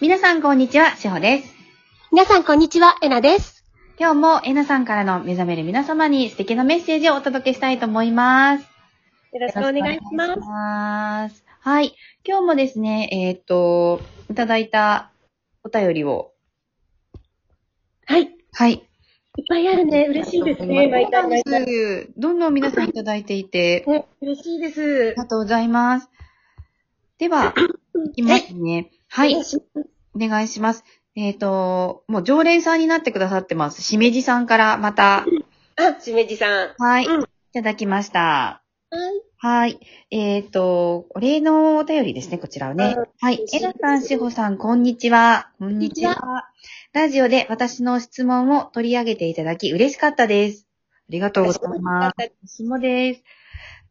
皆さんこんにちは、しほです。皆さん、こんにちは。えなです。今日もえなさんからの目覚める皆様に素敵なメッセージをお届けしたいと思います。よろしくお願いします。ます。はい。今日もですね、えーっと、いただいたお便りを。はい。いっはい。ぱいあるね。嬉しいですね。毎回毎回。どんどん皆さんいただいていて、あね嬉しいですり。がとうございます。では、いきますね。はいお願。しますお願いします。えっ、と、もう常連さんになってくださってます。しめじさんからまた、あ、しめじさん。ははい、うんいただきました。はい。えっ、と、お礼のお便りですね、こちらはねうん。はい。えなさん、しほさん、こんにちは。こんにちはラジオで私の質問を取り上げていただき嬉しかったです。ありがとうございます。い。私もです。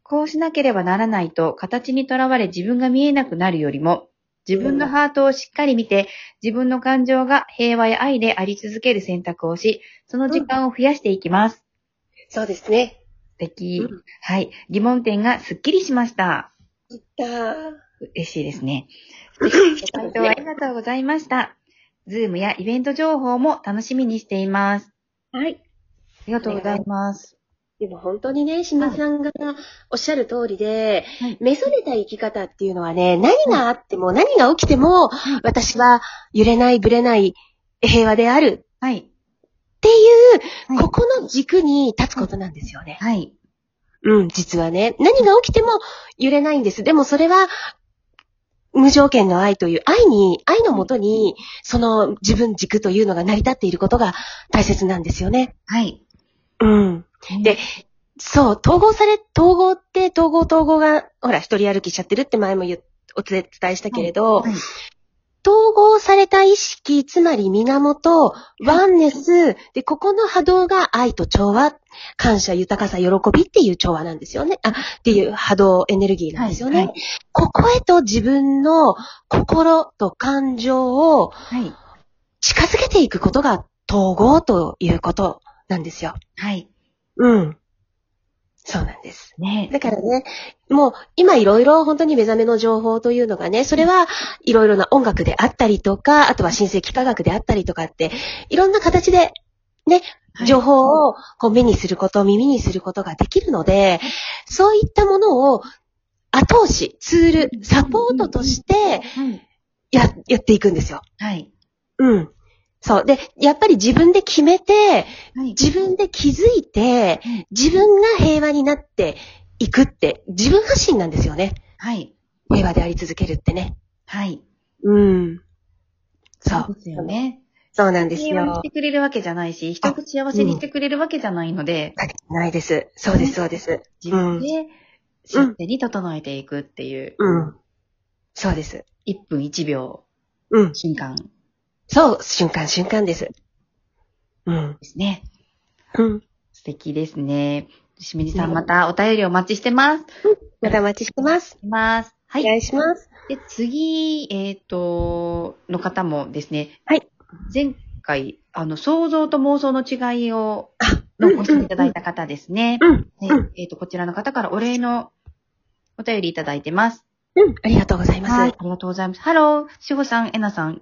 こうしなければならないと、形にとらわれ自分が見えなくなるよりも、自分のハートをしっかり見て、自分の感情が平和や愛であり続ける選択をし、その時間を増やしていきます。そうですね。素敵うん。はい。疑問点がすっきりしました。だー嬉しいですね。ごそう回です答あねりがとうございました。ズームやイベント情報も楽しみにしています。はい。ありがとうございます。でも本当にね、しめさんがおっしゃる通りで、はいめそれた生き方っていうのはね、何があっても、何が起きても、はい私は揺れない、ぶれない、平和であるはい。っていう、はいここの軸に立つことなんですよね。はい。うん、実はね。何が起きても揺れないんです。でもそれは、無条件の愛という、愛に、愛のもとに、その自分軸というのが成り立っていることが大切なんですよね。はい。うん。でそう、統合され、統合って、統合統合が、ほら、一人歩きしちゃってるって前も言うお伝えしたけれど、はい、統合された意識、つまり源、ワンネス、で、ここの波動が愛と調和、感謝、豊かさ、喜びっていう調和なんですよね。あ、っていう波動、エネルギーなんですよね。はいはいここへと自分の心と感情をはい。近づけていくことが統合ということなんですよ。はい。うん。そうなんです。ねだからね、もう今いろいろ本当に目覚めの情報というのがね、それはいろいろな音楽であったりとか、あとは新世紀科学であったりとかって、いろんな形でね、はい情報をこう目にすること、耳にすることができるので、そういったものを後押し、ツール、サポートとしてはい。や、やっていくんですよ。はい。うん。そう。で、やっぱり自分で決めて、はい。自分で気づいて、自分が平和になっていくって、自分発信なんですよね。はい。平和であり続けるってね。はい。うん。そう。ですよね。そうなんです平和にしよ。てくれるわけじゃないし、人を幸せにしてくれるわけじゃないので、ないです。そうです、そうです。自分でしっに整えていくっていう、うん。そうです。 1分1秒うん。瞬間そう、瞬間瞬間です。うん。ですね。うん。素敵ですね。しみじさんうんまたお便りお待ちしてます。またお待ちしてます。います。はおい。願いします。で、次、えっ、と、の方もですね。はい。前回、あの、想像と妄想の違いを、あ、のご質問いただいた方ですね。うん。でうんえっ、と、こちらの方からお礼のお便りいただいてます。うん。ありがとうございます。はい。ありがとうございます。ハロー、しほさん、えなさん。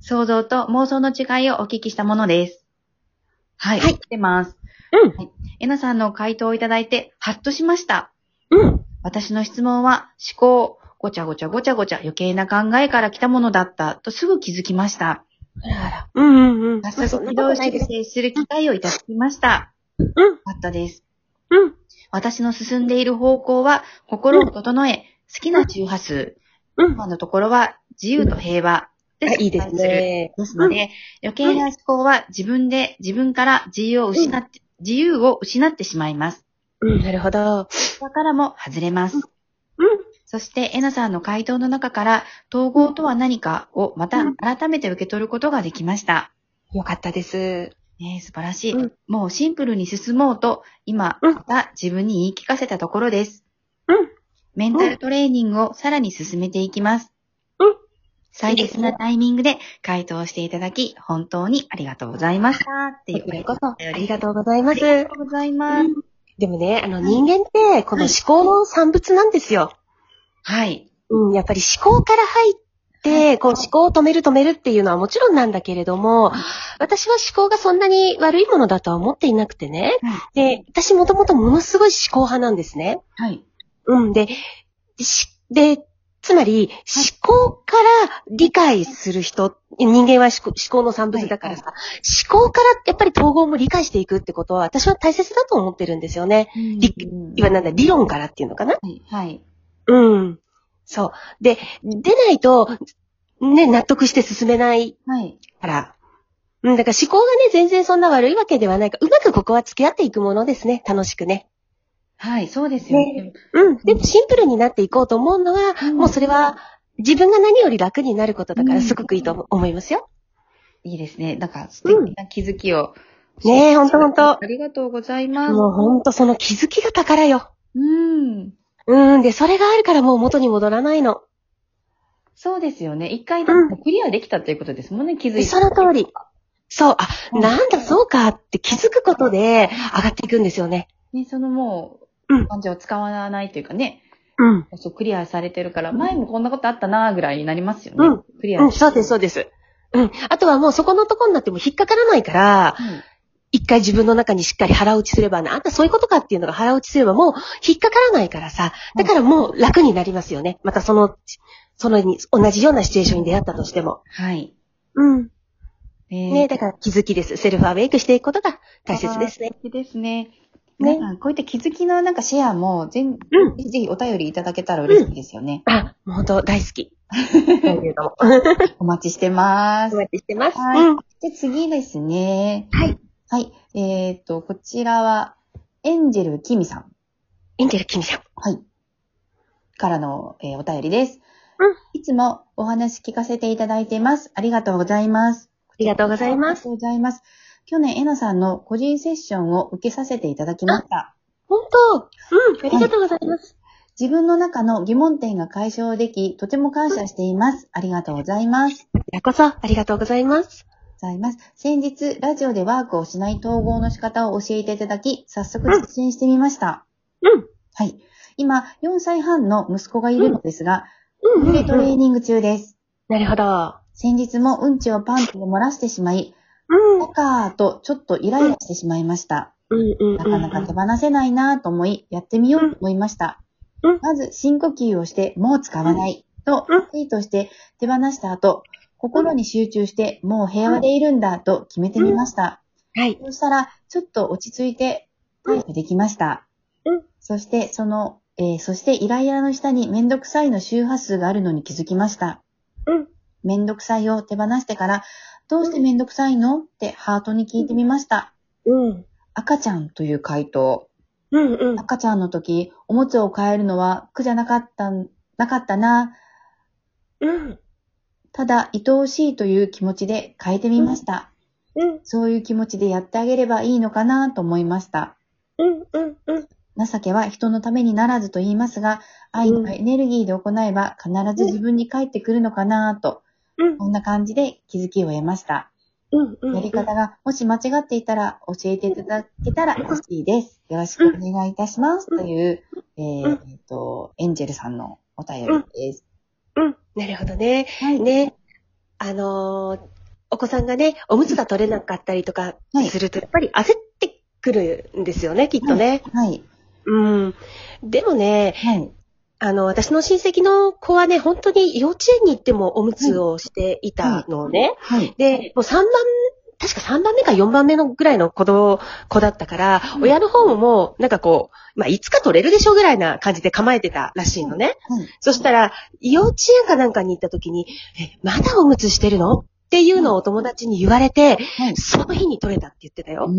想像と妄想の違いをお聞きしたものです。はい。はい来てます。うんはい。えなさんの回答をいただいて、ハッとしました。うん。私の質問は、思考、ごちゃごちゃごちゃごちゃ余計な考えから来たものだったとすぐ気づきました。あらあら。うんうんうん。早速そん軌なこ道とない修です。正する機会をいただきました。うんよかったです。うん。私の進んでいる方向は、心を整え、好きな周波数。うん今のところは、自由と平和あで、いいです。ね。ですので、余計な思考は自分で、自分から自由を失って、自由を失ってしまいます。うん。なるほど。だからも外れます。うん。そして、エナさんの回答の中から、統合とは何かをまたうん改めて受け取ることができました。よかったです。ねえ素晴らしい、うんもうシンプルに進もうと、今、うんまた自分に言い聞かせたところです。うんメンタルトレーニングをさらに進めていきます。うん最適なタイミングで回答していただき、本当にありがとうございました。っていうこちらこそ、あありがとうございまあす。りがとうございます。でもね、あのい人間って、この思考の産物なんですよ。はい。うん、やっぱり思考から入っって、こう思考を止める止めるっていうのはもちろんなんだけれども、私は思考がそんなに悪いものだとは思っていなくてね。で、私もともとものすごい思考派なんですね。はい。うんで、し、で、つまり、思考から理解する人、人間は思考思考の産物だからさ、思考からやっぱり統合も理解していくってことは、私は大切だと思ってるんですよね。理今なんだ、理論からっていうのかなはい。はい。うん。そう。で、出ないと、ね、納得して進めないはい。から。うん、だから思考がね、全然そんな悪いわけではないから、うまくここは付き合っていくものですね、楽しくね。はい。そうですよね。うん。で、シンプルになっていこうと思うのは、うんもうそれは、自分が何より楽になることだかうら、んすごくいいと思いますよ。いいですね。なんか素敵な気づきを。ねえほんとほんとありがとうございます。もうほんとその気づきが宝よ。うん。うん。で、それがあるからもう元に戻らないの。そうですよね。一回でうんクリアできたということですもんね、気づいでて。その通り。そう、あ、うんなんだそうかって気づくことで上がっていくんですよね。ね、そのもうう、ん感情を使わないというかね、うん。そうクリアされてるから、前もこんなことあったなぐらいになりますよね。うんクリア。うん、そうです、そうです。うん。あとはもうそこのとこになっても引っかからないから、はい一回自分の中にしっかり腹落ちすればな、あんたそういうことかっていうのが腹落ちすればもう引っかからないからさ、だからもう楽になりますよね。またその、そのに、同じようなシチュエーションに出会ったとしても。はい。うん。ねねだから気づきです。セルフアウェイクしていくことが大切ですね。素敵ですね。ねね、こういった気づきのなんかシェアも、全、うんぜひお便りいただけたら嬉しいですよね。あ、もう本当大好 き。そういうの も。おお待ちしてます。待ちしてます。はいうん。で、次ですね。はい。はい。えっ、と、こちらは、エンジェルキミさん。エンジェルキミさん。はい。からの、えーお便りです。うんいつもお話聞かせていただいています。ありがとうございます。ありがとうございますありがとうございます。去年、えなさんの個人セッションを受けさせていただきました。本当うん。ありがとうございます。自分の中の疑問点が解消でき、とても感謝しています。ありがとうございます。こちらこそ、ありがとうございます。ございます。先日、ラジオでワークをしない統合の仕方を教えていただき、早速実践してみました。うん。はい。今、4歳半の息子がいるのですが、うんトレーニング中です。なるほど。先日もうんちをパンツで漏らしてしまい、うんだ。かーとちょっとイライラしてしまいました。うんうんうん。なかなか手放せないなぁと思い、やってみようと思いましたうんうん。まず深呼吸をして、もう使わないとうん、ツイートして手放した後、心に集中して、もう平和でいるんだと決めてみました。はい。そうしたら、ちょっと落ち着いて回復できましたうん。そして、その、えーそしてイライラの下にめんどくさいの周波数があるのに気づきました。うん。めんどくさいを手放してから、どうしてめんどくさいのってハートに聞いてみました。うん。赤ちゃんという回答。うんうん。赤ちゃんの時、おもちゃを変えるのは苦じゃなかった、なかったな。うん。ただ、愛おしいという気持ちで変えてみました。うん。そういう気持ちでやってあげればいいのかなと思いました。うん。うん。うん。情けは人のためにならずと言いますが、愛うんのエネルギーで行えば必ず自分に返ってくるのかなと、うん。こんな感じで気づきを得ました。うん。うん。やり方が、もし間違っていたら教えていただけたら嬉しいです。よろしくお願いいたします。うんという、えうーんえっと、エンジェルさんのお便りです。うん。なるほどね。はい。ね。あのー、お子さんがね、おむつが取れなかったりとかすると、やっぱり焦ってくるんですよね、きっとね。はい。うん。でもね、はい。あの、私の親戚の子はね、本当に幼稚園に行ってもおむつをしていたのね。はい。で、もう3番、確か3番目か4番目のぐらいの子供、子だったから、うん親の方ももう、なんかこう、まあ、いつか取れるでしょうぐらいな感じで構えてたらしいのね。はい。そしたら、幼稚園かなんかに行った時に、え、まだおむつしてるのっていうのをお友達に言われて、はい。その日に取れたって言ってたうよ。ー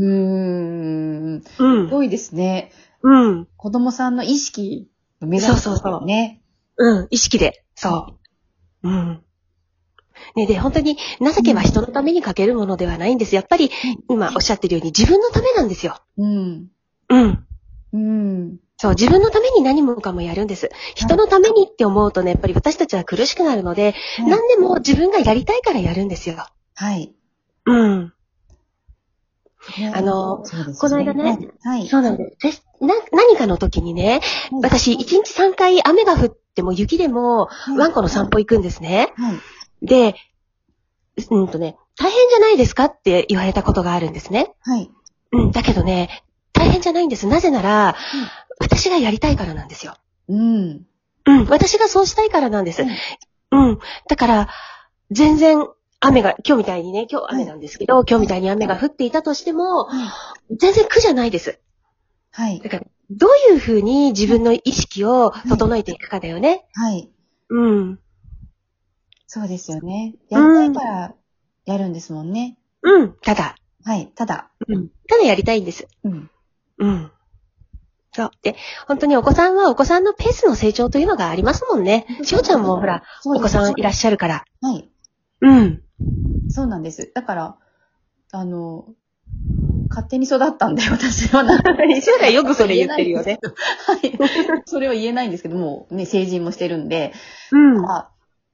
ん。すうん。ごいですね。うん。子供さんの意識の目指すそうそうそうね。うん。意識で。そう。うん。ね、で、本当に、情けは人のためにかけるものではないんです。やっぱり、今おっしゃってるように自分のためなんですよ。うん。うん。うん。そう、自分のために何もかもやるんです。人のためにって思うとね、やっぱり私たちは苦しくなるので、何でも自分がやりたいからやるんですよ。はい。うん。ねあの、そうですこの間ね。はい。そうなんです。な、何かの時にね、私、1日3回雨が降っでも雪でも、はいワンコの散歩行くんですね。はい。で、うんとね、大変じゃないですかって言われたことがあるんですね。はい。うん、だけどね、大変じゃないんです。なぜなら、私がやりたいからなんですよ。うん。うん、私がそうしたいからなんですうん。うん、だから、全然、雨が、今日みたいにね、今日雨なんですけど、今日みたいに雨が降っていたとしても、全然苦じゃないです。はい。だから、どういうふうに自分の意識を整えていくかだよね。はい。うん。そうですよね。やりたいからやるんですもんね。うん。ただ、はい。ただ。うん。ただやりたいんです。うん。うん。そう。で、本当にお子さんはお子さんのペースの成長というのがありますもんね。しおちゃんもほら、そうおです、子さんいらっしゃるから。はい。うん。そうなんです。だから、あの、勝手に育ったんで、私はなんか。しおちゃんよくそれ言ってるよね。はい。それは言えないんですけど、もうね、成人もしてるんで、うん。あ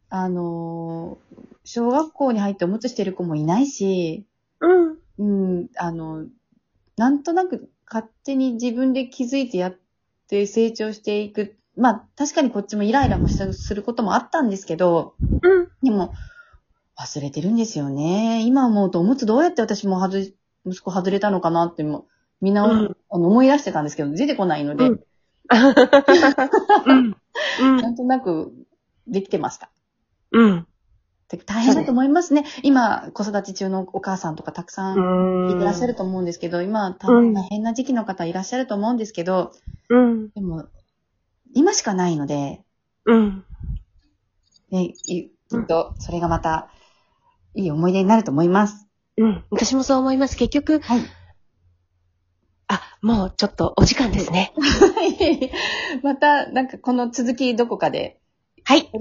あのー小学校に入っておむつしてる子もいないし、うん。うん、あの、なんとなく勝手に自分で気づいてやって成長していく。まあ、確かにこっちもイライラもしたすることもあったんですけど、うん。でも、忘れてるんですよね。今思うと、おむつどうやって私も外、息子外れたのかなっても、みんな、うんあの思い出してたんですけど、出てこないので、うんうん。なんとなくできてました。うん。て大変だと思いますね。今、子育て中のお母さんとかたくさんういらっしゃると思うんですけど、今、多分大変な時期の方いらっしゃると思うんですけど、うん。でも、今しかないので、うん。ね、いきっと、それがまた、いい思い出になると思います。うん。私もそう思います。結局、 はい。あ、もうちょっとお時間ですね。また、なんかこの続きどこかではい。